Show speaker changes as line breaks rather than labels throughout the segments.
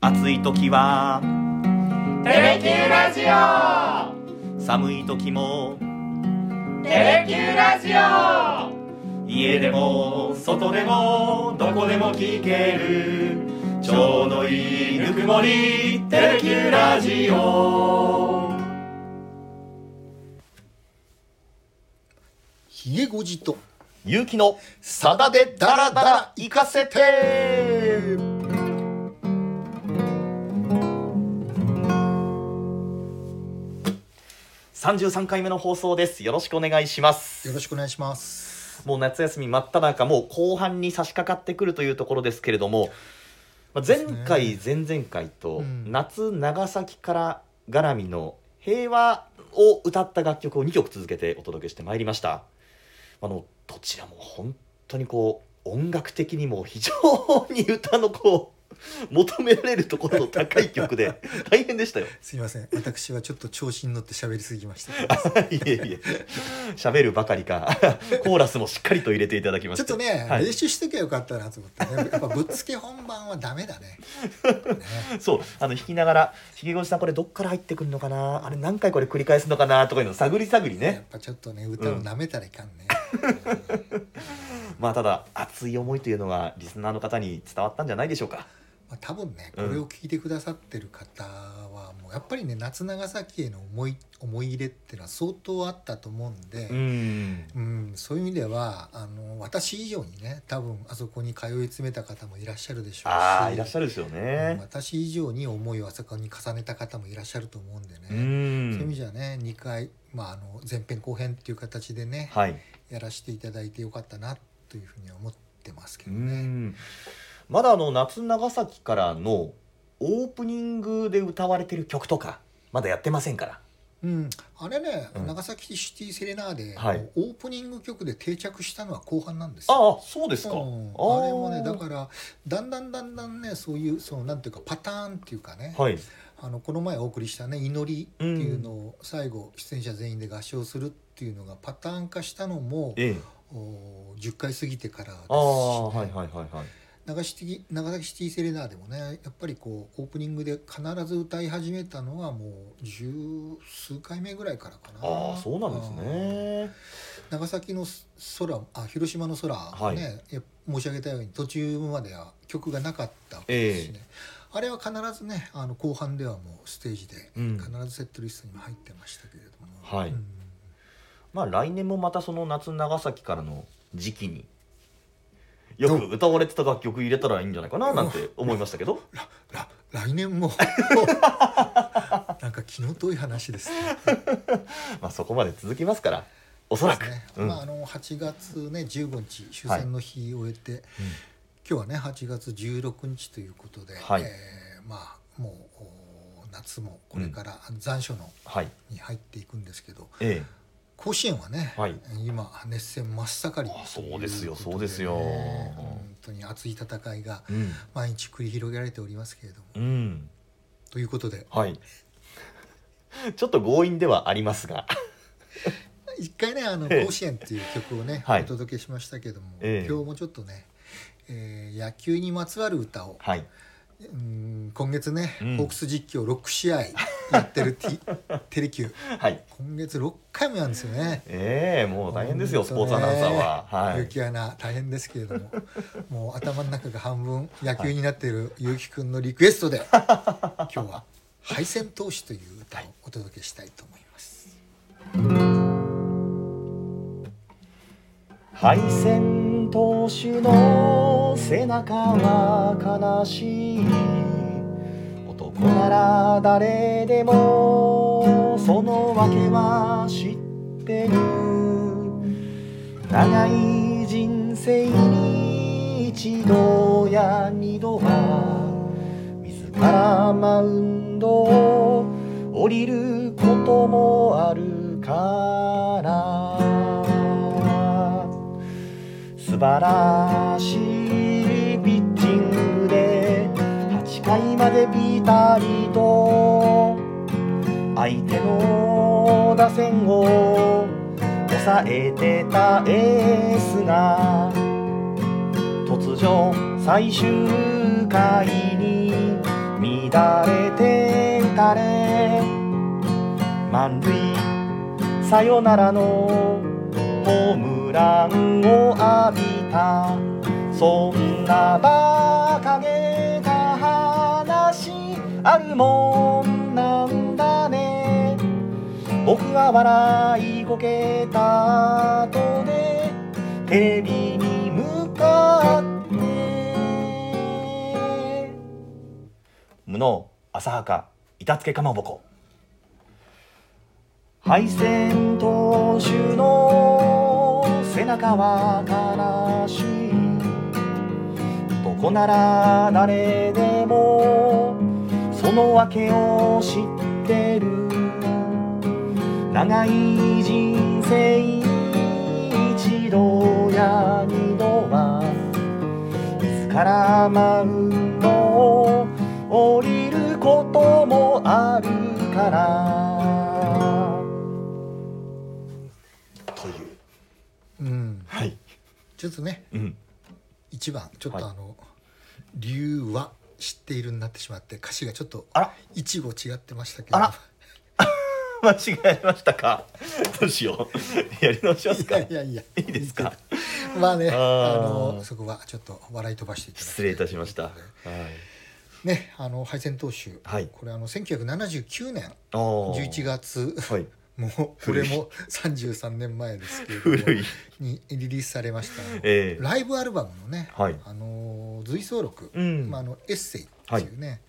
暑い時は
テレキューラジオ
寒い時も
テレキューラジオ
家でも外でもどこでも聞けるちょうどいいぬくもりテレキューラジオ
ひげごじと
ゆうきの
さだでダラダラ行かせて
33回目の放送ですよろしくお願いします
よろしくお願いします
もう夏休み真っ只中もう後半に差し掛かってくるというところですけれどもまあ前回、前々回と
うん
夏長崎から絡みの平和を歌った楽曲を2曲続けてお届けしてまいりましたあのどちらも本当にこう音楽的にも非常に歌のこう求められるところの高い曲 で大変でしたよ
すいません私はちょっと調子に乗って喋りすぎました
いえいえ喋るばかりかコーラスもしっかりと入れていただきま
ち
し
ょったとね、
はい
練習しときゃよかったなと思ってねやっぱぶっつけ本番はダメだね
そうあの弾きながら「ひげごじさんこれどっから入ってくるのかなあれ何回これ繰り返すのかな」とかいうのを探り探り
やっ
ね
ぱちょっとね歌をなめたらいかんね、
まあただ熱い思いというのがリスナーの方に伝わったんじゃないでしょうか
まあ、多分ねこれを聞いてくださってる方はもうやっぱりね夏長崎への思い思い入れっていうのは相当あったと思うんで、
うん
うん、そういう意味ではあの私以上にね多分あそこに通い詰めた方もいらっしゃるでしょうし
ああいらっしゃるですよ
うん
ね
私以上に思いをあそこに重ねた方もいらっしゃると思うんで
う
ね、そういう意味
ん
じゃね2回、まあ、あの前編後編っていう形でね、
はい
やらせていただいてよかったなというふうには思ってますけ
う
どね。
んまだあの夏長崎からのオープニングで歌われてる曲とかまだやってませんから
うん、あれね、
うん
長崎シティセレナーで、
はい
もうオープニング曲で定着したのは後半なんですよ。
ああそうですか
うん
ー
あれもねだからだんだんだんだんねそういうそのなんていうかパターンっていうかね、
はい
あのこの前お送りしたね「祈り」っていうのを最後出演者全員で合唱するっていうのがパターン化したのも、
ええ
お10回過ぎてからですし、
ああはいはいはいはい
長崎長崎シティセレナーでもねやっぱりこうオープニングで必ず歌い始めたのはもう十数回目ぐらいからかな
ああそうなんですね
あー長崎の空あ広島の空ね、
はい
や申し上げたように途中までは曲がなかったわけですしね、あれは必ずねあの後半ではもうステージで
うん
必ずセットリストにも入ってましたけれども、
はい
うん
まあ来年もまたその夏長崎からの時期によく歌われてた楽曲入れたらいいんじゃないかななんて思いましたけ ど
らら来年 もなんか気の遠い話ですね。
まあそこまで続きますからおそ
そう
らく
ですね。
うん
まああの8月ね15日終戦の日を終えて、今日はね8月16日ということで、
はい
えーまあもうお夏もこれから残暑の
はい
に入っていくんですけど、
ええ
甲子園はね、
はい
今熱戦真っ盛り
あそうですよ
といこと
そうですよ
本当に熱い戦いが
うん、
毎日繰り広げられておりますけれども、
うん、
ということで
はい ちょっと強引ではありますが
一回ね「あの
ええ
甲子園」っていう曲をね、
はい
お届けしましたけども、
ええ
今日もちょっとね、えー野球にまつわる歌を、
はいう
ーん今月ね、
うん
ホークス実況6試合やってるティテレキュー
はい
今月6回もやるんですよね。
ええもう大変ですよ、スポーツアナウンサーは、は
ゆ
い
きアナ大変ですけれども もう頭の中が半分野球になっているゆうきくんのリクエス トで今日は「敗戦投手」という歌をお届けしたいと思います。
敗戦投手の背中は悲しい男なら誰でもその訳は知ってる長い人生に一度や二度は自らマウンドを降りることもあるから素晴らしいピッチングで8回までピタリと相手の打線を抑えてたエースが突如最終回に乱満塁さよならのホームランを浴びたそんな馬鹿げた話あるもんなんだね僕は笑いこけた後でテレビに向かって無能浅はか板付けかまぼこ敗戦投手の背中は悲しいどこなら誰でもその訳を知ってる長い人生一度や二度は自らマウンドを降りることもあるからという
うん、
はい
ちょっとね
うん
一番ちょっと
はい
あの「竜は知っている」になってしまって歌詞がちょっと
あら
一語違ってましたけど
あら間違えましたか どうしよう やり直します
い
か
や
い
いやいや
いですか
まあね
あ
あ
ー
のそこはちょっと笑い飛ばしていただき
失礼いたしましたはい
ねあの敗戦投手、
はい
これあの1979年
おー
11月
はい
もうこ
古
れ
い
も33年前ですけれども
古い
にリリースされましたあの
ええ
ライブアルバムのね、
はい
あの随想録、
うん
まあ、あのエッセイっていうね、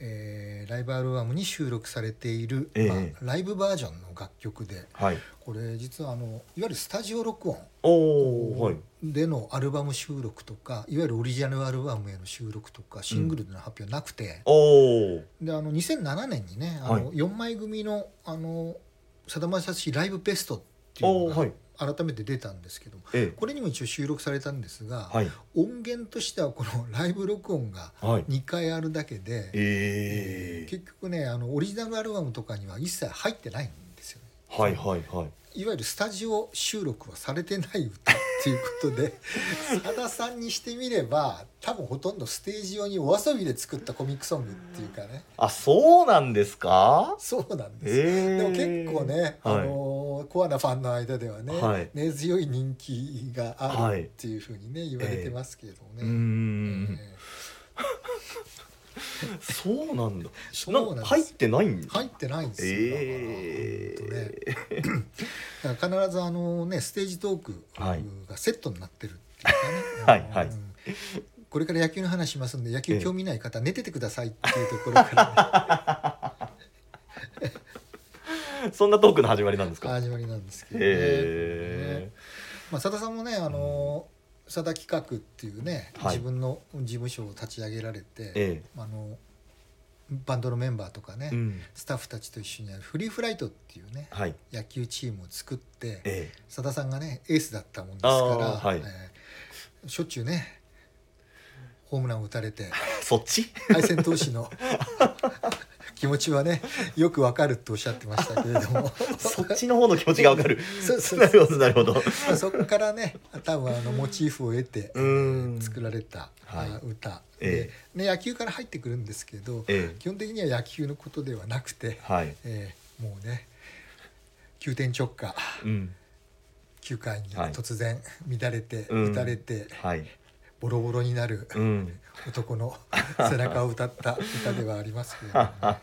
えーライブアルバムに収録されている、
ええ
まあ、ライブバージョンの楽曲で
はい
これ実はあのいわゆるスタジオ録音
おおはい
でのアルバム収録とかいわゆるオリジナルアルバムへの収録とかシングルでの発表なくて、
おお
であの2007年にねあの
は
4枚組の「あのさだまさしライブベスト」ってい
おお
う
は
の
い
が改めて出たんですけども
え
これにも一応収録されたんですが、
えはい
音源としてはこのライブ録音が
はい
2回あるだけで、
ええ
結局ねあのオリジナルアルバムとかには一切入ってないんですよね。
はいはいはい
いわゆるスタジオ収録はされてない歌っていうことで さださんにしてみれば多分ほとんどステージ用にお遊びで作ったコミックソングっていうかね
あそうなんですか
そうなんですよ
え
でも
え
結構ね、
はい
あのーコアなファンの間ではね、
はい
根強い人気があるっていうふうにね、言われてますけれども
うー
ね、
ん
え
そうなんだ
そうなんです
か入ってないん
ー入ってないんですよ、
え
だからほんとね
え
だから必ずあのねステージトーク
はい
がセットになってるっていうか
は
ね
い
あの
はい
うんこれから野球の話しますんで野球興味ない方寝ててくださいっていうとこ ろから
そんなトークの始まりなんです
ね、
か
始まりなんですけどね。
ええ
まあ、佐田さんもね、あの佐田企画っていうね、
はい
自分の事務所を立ち上げられて、
え
あのバンドのメンバーとかね、
うん
スタッフたちと一緒にやるフリーフライトっていうね
はい
野球チームを作って
ええ
佐田さんがねエースだったもんですから、
あーはい
えーしょっちゅうねホームランを打たれて
そっ ち
敗戦投手の気持ちはねよくわかるっておっしゃってましたけれども
そっちの方の気持ちがわかる
そうそう
なるほどなるほど
まあ そこからね多分あのモチーフを得て
うーん
作られた、
はい
あ歌
え、
でね、野球から入ってくるんですけど、
ええ
基本的には野球のことではなくて、
はい
ええもうね急転直下
うん
9回に
はい
突然乱れて、
うん
打たれて
はい
ボロボロになる
うん
男の 背中を歌った歌ではありますけれどもね、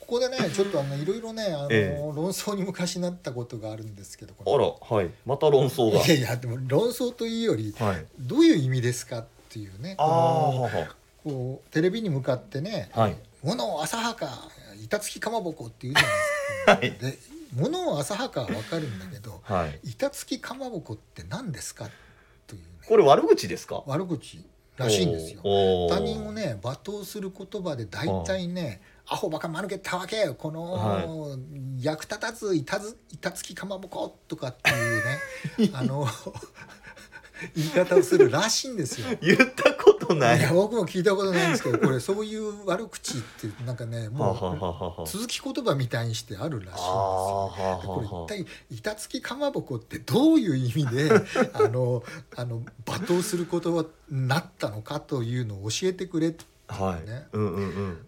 ここでねちょっとあのいろいろねあの、
ええ
論争に昔なったことがあるんですけど
あ
この
らはいまた論争が
いやいやでも論争というより
はい
どういう意味ですかっていうね
あ
こ
あ
の
はは
こうテレビに向かってね
はい
「物を浅はか板付きかまぼこ」って言うじゃないで すか。で物を浅はかは分かるんだけど
はい
板付きかまぼこって何ですかという、ね、
これ悪口ですか
悪口らしいんですよ。
おーおー
他人をね罵倒する言葉で大体ね「アホバカ丸けたわけこの、
は
役立たず板ず板付きかまぼこ」とかって いうねあの 言い方をするらしいんですよ。
言ったことない
や
い
僕も聞いたことないんですけどこれそういう悪口ってなんかね
ははは
も
はは
う続き言葉みたいにしてあるらしいんです
あ
よ。
ーは
で
は
これ
は
一体板付きかまぼこってどういう意味であのあの罵倒することになったのかというのを教えてくれって
はい
ね
うんうんうん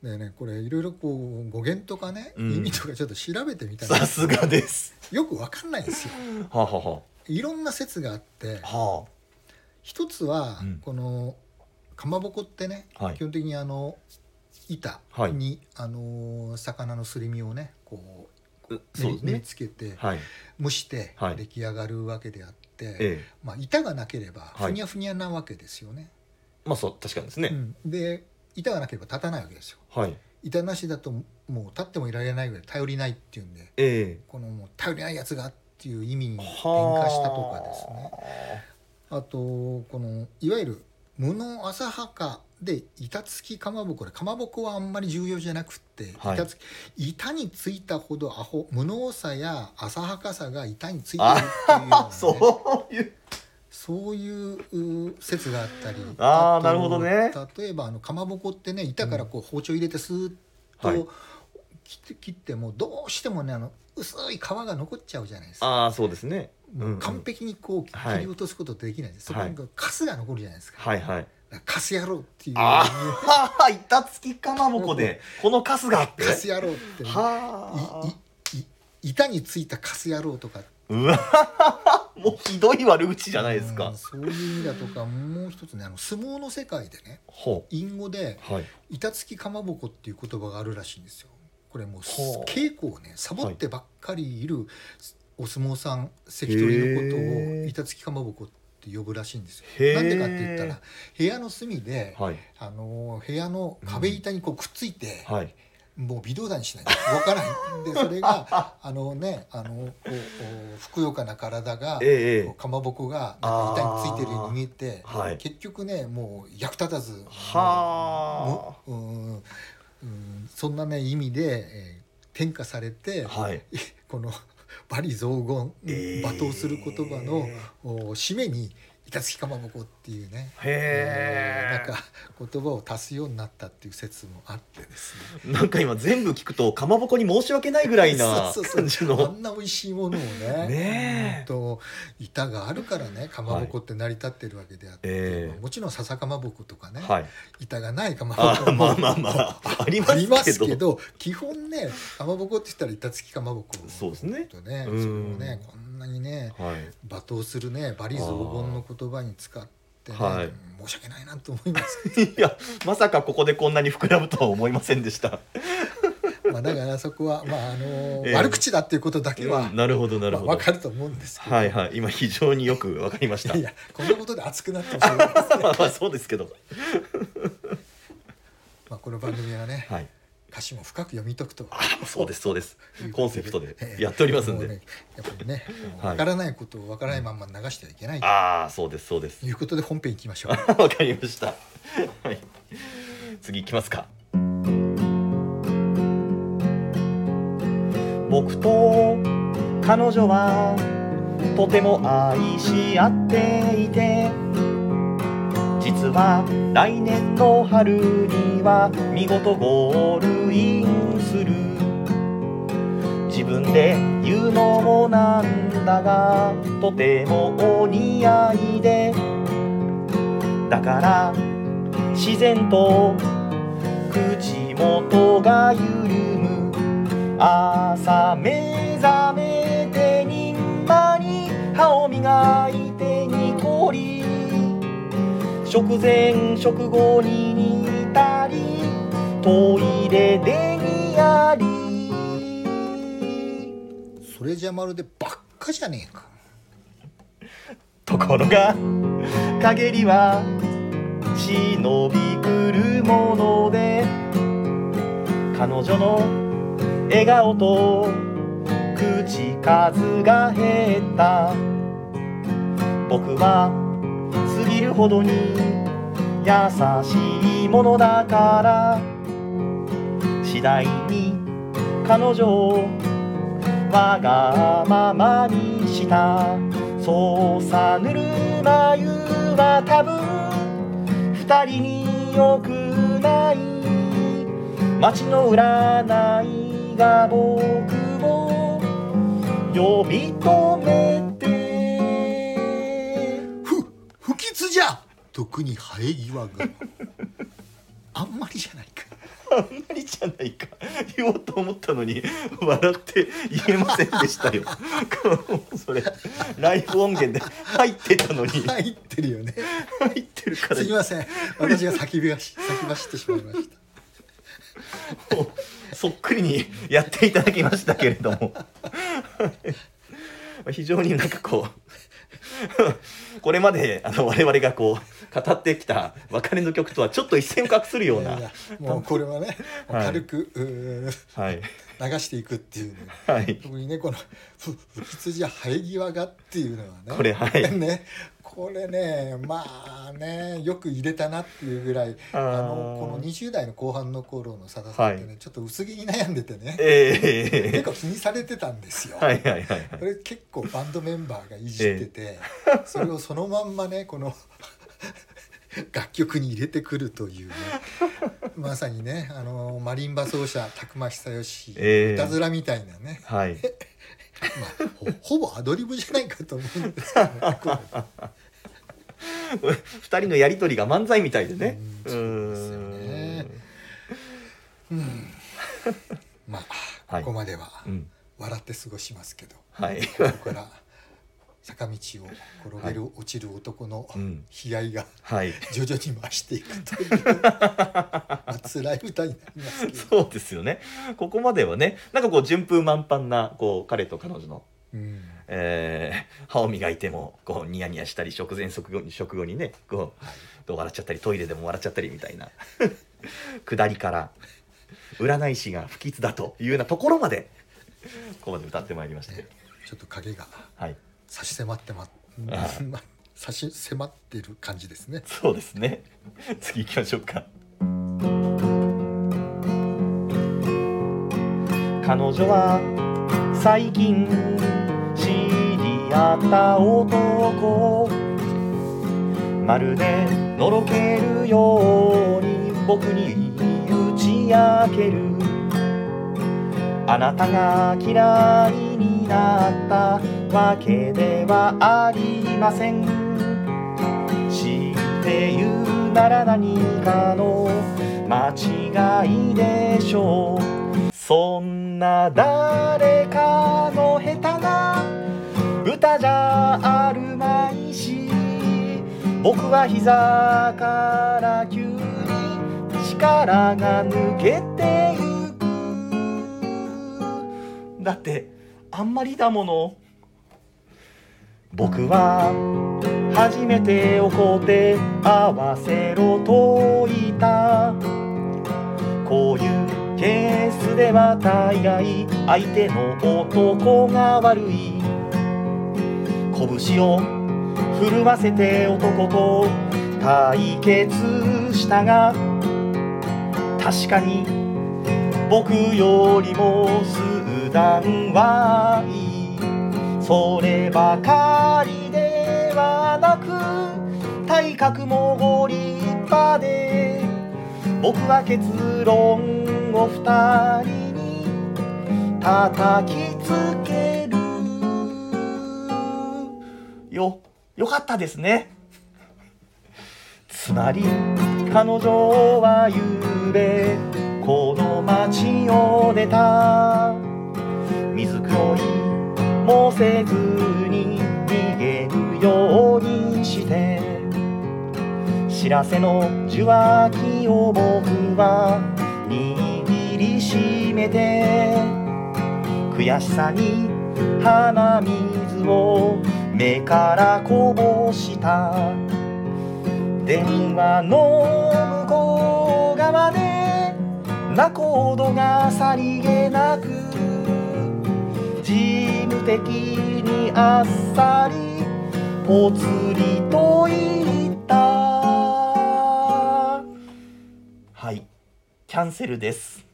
でねこれいろいろこう語源とかね、
うん
意味とかちょっと調べてみたら
さすがです
よくわかんないんですよ。
はあ、はい
ろんな説があって
あ、は
一つは、
うん
このかまぼこってね、
はい
基本的にあの板
はい
に、あの魚のすり身をねこ
あ、う
う
そうで
練り
す
練り
ね
つけて
はい
蒸して
はい
出来上がるわけであって、
ええ
まあ、板がなければ
はい
ふにゃふにゃなわけですよね。
まあそう確かにですね、
うん、で板がなければ立たないわけですよ。
はい
板なしだともう立ってもいられないぐらい頼りないっていうんで
え
このもう頼りないやつがっていう意味
え
に転
は
化
あ
したとかですね。あとこのいわゆる無能浅はかで板付きかまぼこでかまぼこはあんまり重要じゃなくって、
はい
板付き板についたほどアホ無能さや浅はかさが板についているっていうようなね、
あそういう
そういうう説があったり
あー
と
なるほどね
例えばあのかまぼこってね板からこう包丁入れてスーッと、
はい
切って切ってもどうしてもねあの薄い皮が残っちゃうじゃないですか。
ああそうですね、うんうん、
完璧にこう
はい
切り落とすことできないです、
はい
そこにカスが残るじゃないですか、
はいはい
カス野郎っていう
ああ板付きかまぼこでこのカスがあって
カス野郎って
はあ
いい板についたカス野郎とか
うわもうひどい悪口じゃないです
う
か
ん。そういう意味だとかもう一つねあの相撲の世界でね
ほ
隠語で
う。はい。
板付きかまぼこっていう言葉があるらしいんですよこれもう
ほう
稽古をねサボってばっかりいるお相撲さん関取のこと
へ
を
ー
板付きかまぼこって呼ぶらしいんです
へ
よ
ー
なんでかって言ったら部屋の隅で、
はい。
あの部屋の壁板にこうくっついて、
はい。
もう微動だにしない動かない でそれがあのねあのこうおふくよかな体が、
ええ
こうかまぼこがなんか板についてるように見えて、
あーはい
結局ねもう役立たず
は
もううんうんそんなね意味で、えー転化されて、
あ。はい。
この 「罵詈雑
え
言」
ー
罵倒する言葉の、お締めに「板付きかまぼこ」っていうね
へ
なんか言葉を足すようになったっていう説もあってですね
え。なんか今全部聞くとかまぼこに申し訳ないぐらいな
そうそう
感じ
そうあ
の。
んな美味しいものをね
ねえ
うんと板があるからねかまぼこって成り立ってるわけであって、
ええ
もちろん笹かまぼことかね、
はい。
板がないかま
あ
ぼ
ー
こ
まあ
も
まあまああり
あり
ま
ますす
け
け
ど。
ど基本ねかまぼこって言ったら板付きかまぼこ
そうですね
とねそ
うん
れもねこんなにね
はい。
罵倒するね罵詈雑言の言葉に使って、ね
はい
申し訳ないなと思います
いやまさかここでこんなに膨らむとは思いませんでした。
まあだからそこは、まああの
ええ
悪口だっていうことだけは、
なるほどなるほ
まあ、
ど
分。かると思うんですけど、
はいはい今非常によくわかりまし
い
た
やい。やこんなことで熱くなってもしょうがないです
まあまあそうですけど。
まあこの番組はね、
はい。
歌詞も深く読み解くと
そうですそうです
いう
コ
ことで。
ンセプトでやっておりますん
もう
で
ね。やっぱりね
はい
分からないことを分からないまんま流してはいけないと
ああそうですそうです。
いうことで本編いきましょう
わかりました。はい。次行きますか。
僕と彼女はとても愛し合っていて実は来年の春には見事ゴールインする自分で言うのもなんだがとてもお似合いでだから自然と口元が緩む朝目覚めてにんまに歯を磨いてにこり食前食後に似たりトイレでにやり
それじゃまるでばっかじゃねえか
ところが陰りは忍びくるもので彼女の笑顔と口数が減った僕は過ぎるほどに優しいものだから次第に彼女をわがままにしたそうさぬるま湯は多分二人に良くない街の占いが僕を呼び止めて
ふ不 吉じゃ特に生え際があんまりじゃないか
じゃないか言おうと思ったのに笑って言えませんでしたよ それライブ音源で入ってたのに
入ってるよね
入ってるから
すみません私が先びがし先走ってしまいました
もうそっくりにやっていただきましたけれども 非常になんかこう これまであの我々がこう語ってきた別れの曲とはちょっと一線を画するよう
い
な
やいやもうこれはね
はい
軽く、うー
はい
流していくっていうね
はい
特にねこのふ 「羊は生え際が」っていうのはね
これはい
ねこれねまあねよく入れたなっていうぐらい
あ
あ
ー
のこの20代の後半の頃のさださんってね、
は
ちょっと薄着に悩んでてね
え
結構気にされてたんですよ。
ー、はいはいはいはい
これ結構バンドメンバーがいじってて、 それをそのまんまねこの楽曲に入れてくるというねまさにねあのマリンバ奏者宅間久義、
ええ
いたずらみたいなね、
はい
まあ、ほほ ぼアドリブじゃないかと思うんですけどねこれ
これ二人のやりとりが漫才みたいでね
うんそうですよねまあ、
はい
ここまでは
うーんうん
笑って過ごしますけど
はい
ここから坂道を転げる落ちる男の
うん
悲哀が、
はい
徐々に増していくとい う、まあ、辛い歌になりますけど、
そうですよねここまではねなんかこう順風満帆なこう彼と彼女の
うん、
えー歯を磨いてもこうニヤニヤしたり食前食後に食後にねこう笑っちゃったりトイレでも笑っちゃったりみたいな 下りから占い師が不吉だというようなところまでここまで歌ってまいりましたけど、
ちょっと影が
はい、
差し迫ってま、
あ
ま、差し迫ってる感じですね。
そうですね次行きましょうか
彼女は最近知り合った男まるでのろけるように僕に打ち明けるあなたが嫌いになったわけではありません知って言うなら何かの間違いでしょうそんな誰かの下手な歌じゃあるまいし僕は膝から急に力が抜けてゆく
だってあんまりだもの
僕は初めて怒って合わせろと言ったこういうケースでは大概相手の男が悪い拳を震わせて男と対決したが確かに僕よりも数段はいいそればかりではなく体格もご立派で僕は結論を二人に叩きつける
よよかったですね
つまり彼女はゆうべこの町を出た水黒いもせずに逃げるようにして知らせの受話器を僕は握りしめて悔しさに鼻水を目からこぼした電話の向こう側で仲人がさりげなく事務的にあっさりぽつりと言った
はいキャンセルです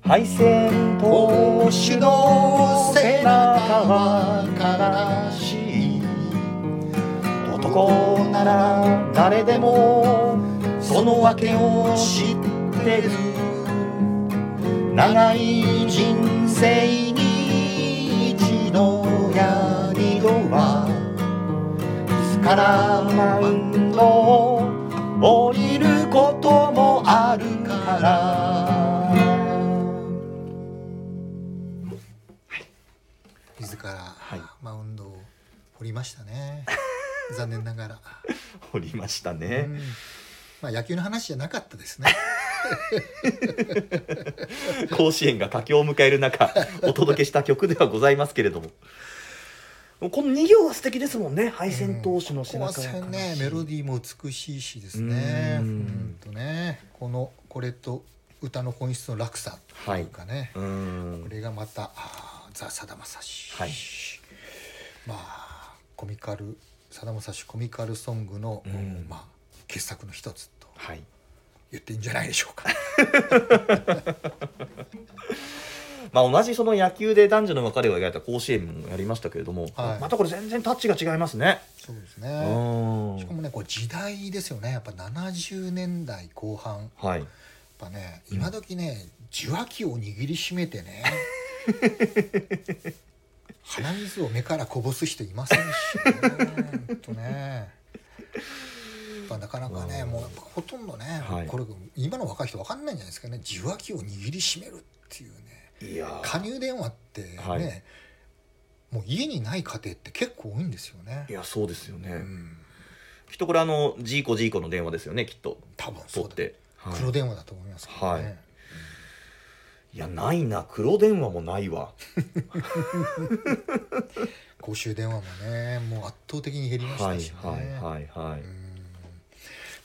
配線投手の背中は悲しい男なら誰でもその訳を知ってる長い人生に一度や二度は自らマウンドを降りることもあるから
残念ながら、
おりました
う
ね、
んまあ、野球の話じゃなかったですね
甲子園が佳境を迎える 中お届けした曲ではございますけれども
この2行が素敵ですもんね敗戦投手の背
この
中が
線ねメロディーも美しいしですね
う
うんんとねこのこれと歌の本質の落差というかね、
うーん
これがまたあーザ・さだまさし、
はい
まあコミカルさだまさしコミカルソングの、
うん
まあ、傑作の一つと
はい
言っていいんじゃないでしょうか。
まあ同じその野球で男女の別れを描いた甲子園もやりましたけれども、
はい
またこれ全然タッチが違いますね、
そうです
う
ね
ん
しかもねこう時代ですよねやっぱ70年代後半やっ
はい
ぱね今時ね受話器を握りしめ てね鼻水を目からこぼす人いませんしねほんとねやっぱなかなかね
うん
もうやっぱほとんどね、
はい
これ今の若い人分かんないんじゃないですかね受話器を握りしめるっていうね
いやー
加入電話ってね、
はい
もう家にない家庭って結構多いんですよね
い。やそうですよね、
うん
きっとこれあのジーコジーコの電話ですよねきっと
多分
取
そう
っ
だ
て、はい
黒電話だと思いますけどね、
はいいやないな黒電話もないわ
公衆電話もねもう圧倒的に減りまし
は
た
い
しね、、
はいはいはいう
ん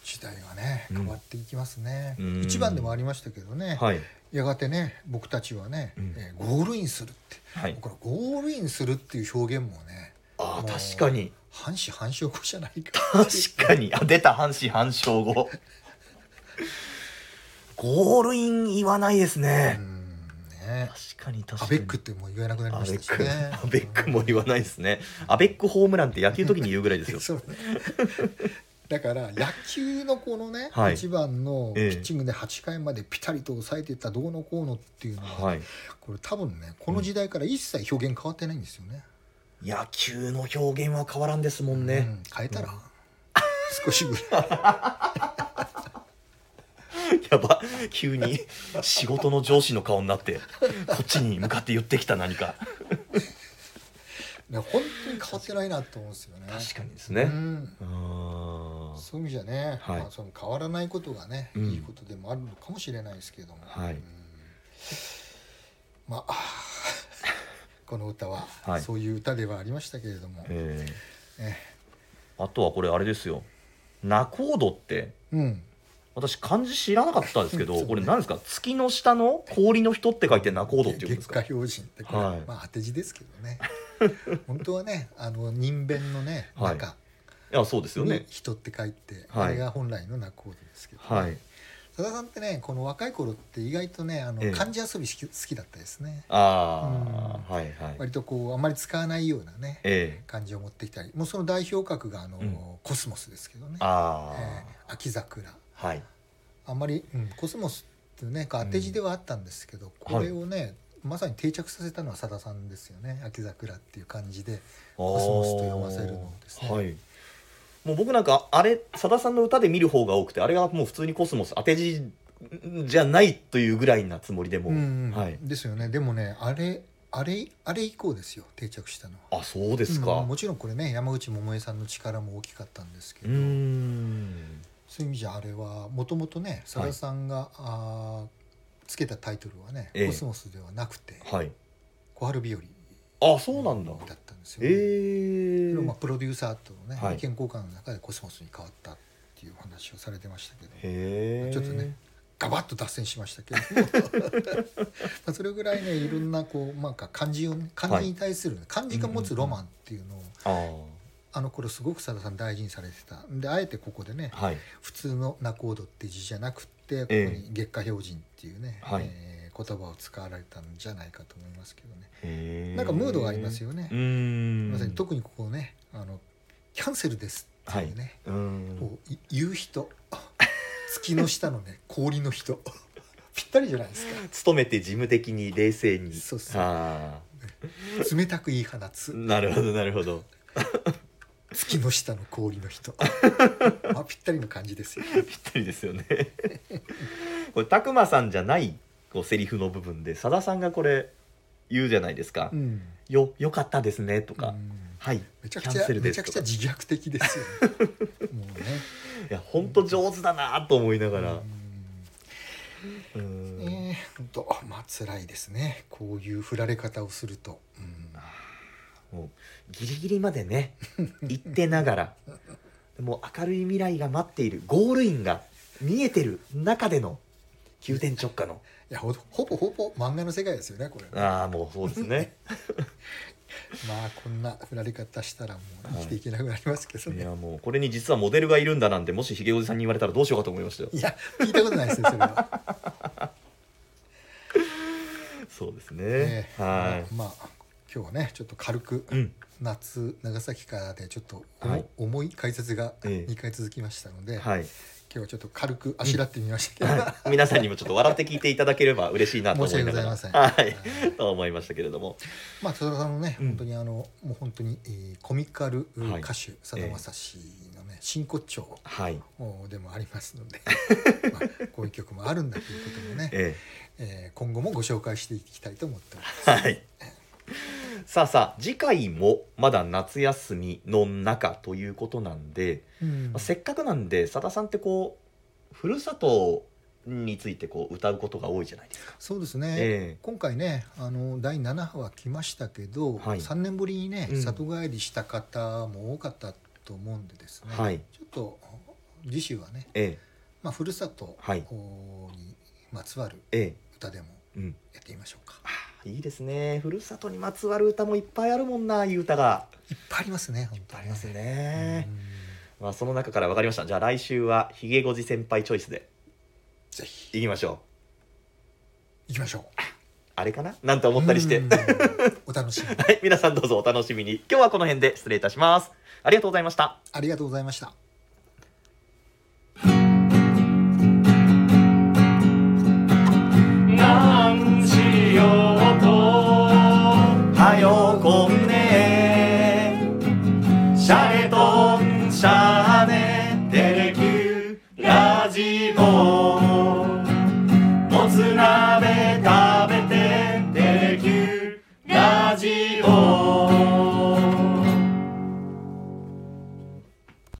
時代がね
うん
変わっていきますね、
うん
一番でもありましたけどね、
はい
やがてね僕たちはね、
うん
えーゴールインするって、
はい
これゴールインするっていう表現もね
あ
もう
ー確かに
半死半生語じゃないか
確かにあ出た半死半生語ゴールイン言わないですね
う、んね
確かに確か
ア
に
ベックってもう言えなくなり
ア
ま
ベ
し
ッ
たし
ク、
ね
アベックも言わないですねアベックホームランって野球の時に言うぐらいです よ
そうねだから野球のこのね、
はい
一番のピ
ええ
ッチングで8回までピタリと抑えていったどうのこうのっていうのは、
はい
これ多分ねこの時代から一切表現変わってないんですよね。
野球の表現は変わらんですもん
う
ね、
ん変えたら、少しぐらい
やば急に仕事の上司の顔になってこっちに向かって言ってきた何か
ね本当に変わってないなと思うんですよね。
確かにです
う
ね、
ん
うーん
そういう意味じゃね、
はい
まあ、その変わらないことがね、
うん
いいことでもあるのかもしれないですけども、
はい
うんまあ この歌は、
はい
そういう歌ではありましたけれども、
ええ
え
あとはこれあれですよ仲人って
うん、
私漢字知らなかったですけ ど、
そうね
これ何ですか月の下の氷の人って書いて仲人って言うんで
月
すか
下標準ってこれ、
はい
まあ当て字ですけどね 本当はねあの人弁のね
はい
中
いやそうですよ
に
ね
人って書いて、
はい
あれが本来の仲人ですけど、
はい
さださんってねこの若い頃って意外とねあの、
ええ
漢字遊び好き好きだったですね
ああ、はいはい
割とこうあんまり使わないようなね
ええ
漢字を持ってきたりもうその代表格があの、
うん
コスモスですけどね、
ああ、
えー秋桜
はい
あんまり、うん、コスモスっていうねこう当て字ではあったんですけど、これをね、まさに定着させたのはさださんですよね「秋桜」っていう感じでコスモスと読ませるのですね
あーはいもう僕なんかあれさださんの歌で見る方が多くてあれがもう普通にコスモス当て字じゃないというぐらいなつもりでも、
うん
はい
ですよねでもねあれあれあれ以降ですよ定着したのは。
あそうですか
うん
う
もちろんこれね山口百恵さんの力も大きかったんですけ
ー
ど、
ん
そういう意味じゃあれはもともとねさださんが、あーつけたタイトルはね「
ええ
コスモス」ではなくて
はい
「小春日和」
あそうなんだ
だったんですよ、ね。
ええ
それをまあプロデューサーとのね、
はい
意見交換の中でコスモスに変わったっていうお話をされてましたけど
へえ
ちょっとねガバッと脱線しましたけれど もまあそれぐらいねいろんなこうなんか漢字をね漢字に対する、漢字が持つロマンっていうのを、
あ
あの頃すごくさださん大事にされてたんであえてここでね
あはい
普通の仲人って字じゃなくってここ
え
に月下標準っていうね、
はい
えー言葉を使われたんじゃないかと思いますけどね、
へえ
なんかムードがありますよね
うーん
まさに特にここねあのキャンセルですっていうね、
うーん
こうい言う人月の下のね氷の人 ぴったりじゃないです
勤めて事務的に冷静に
そうそう
あ
か冷たく言い放
あ
つ
なるほどなるほど
月の下の氷 の人まあぴったりの感じですよ
ぴったりですよね これ拓磨さんじゃないこうセリフの部分でさださんがこれ言うじゃないですか「
うん
よよかったですね」とか「
うん
はい
めちゃく
キ
ち
ャン
ゃ
セル
め
で
ち
す
ゃ
とか
くちゃ自虐的ですよ、ね、もうね
いや本当上手だなと思いながらう
うん
ん
ねえほんとまあ辛いですねこういう振られ方をすると、うん
もうギリギリまで ね行ってながらもう明るい未来が待っているゴールインが見えてる中での急転直下の
いやほほぼほぼ漫画の世界ですよねこれ
ああもうそうですね
まあこんな振られ方したらもう生きていけなくなりますけど
い
ね、
やもうこれに実はモデルがいるんだなんてもしひげおじさんに言われたらどうしようかと思いましたよ
い、や聞いたことないですねそれは、
そうですね、
ええ
はい、
まあ今日はねちょっと軽く、
うん
夏長崎からでちょっと重,、
はい
重い解説が
ええ
2回続きましたので、今
はい、
日はちょっと軽くあしらってみましたけど、
はい、皆さんにもちょっと笑って聞いていただければ嬉しいなと思いな がら
申し訳ございません
はい、 と思いましたけれども
まあ戸田さんのね、
うん
本当にあのもう本当に、えーコミカルう
はい
歌手さだまさしのね真骨頂
はい
もうでもあります ので、まあ、こういう曲もあるんだということもね、え
え
ー今後もご紹介していきたいと思っております。
え はいさあさあ次回もまだ夏休みの中ということなんで、
うん
まあせっかくなんでさださんってこうふるさとについてこう歌うことが多いじゃないですか。
そうですね、
え
今回ねあの第7波は来ましたけど、
はい
3年ぶりにね
うん
里帰りした方も多かったと思うんでですね、
はい
ちょっと次週はね、
え
まあ、ふるさと
はい
にまつわる
ええ
歌でも
えうん
やってみましょうか
ああいいですねふるさとにまつわる歌もいっぱいあるもんないい歌が
いっぱいありますね本当に
ありますね、まあ、その中から分かりましたじゃあ来週はひげごじ先輩チョイスで
ぜひ
いきましょ
行きましょう
うあれかななんて思ったりして
うん お楽しみに
はい皆さんどうぞお楽しみに今日はこの辺で失礼いたしますありがとうございました
ありがとうございました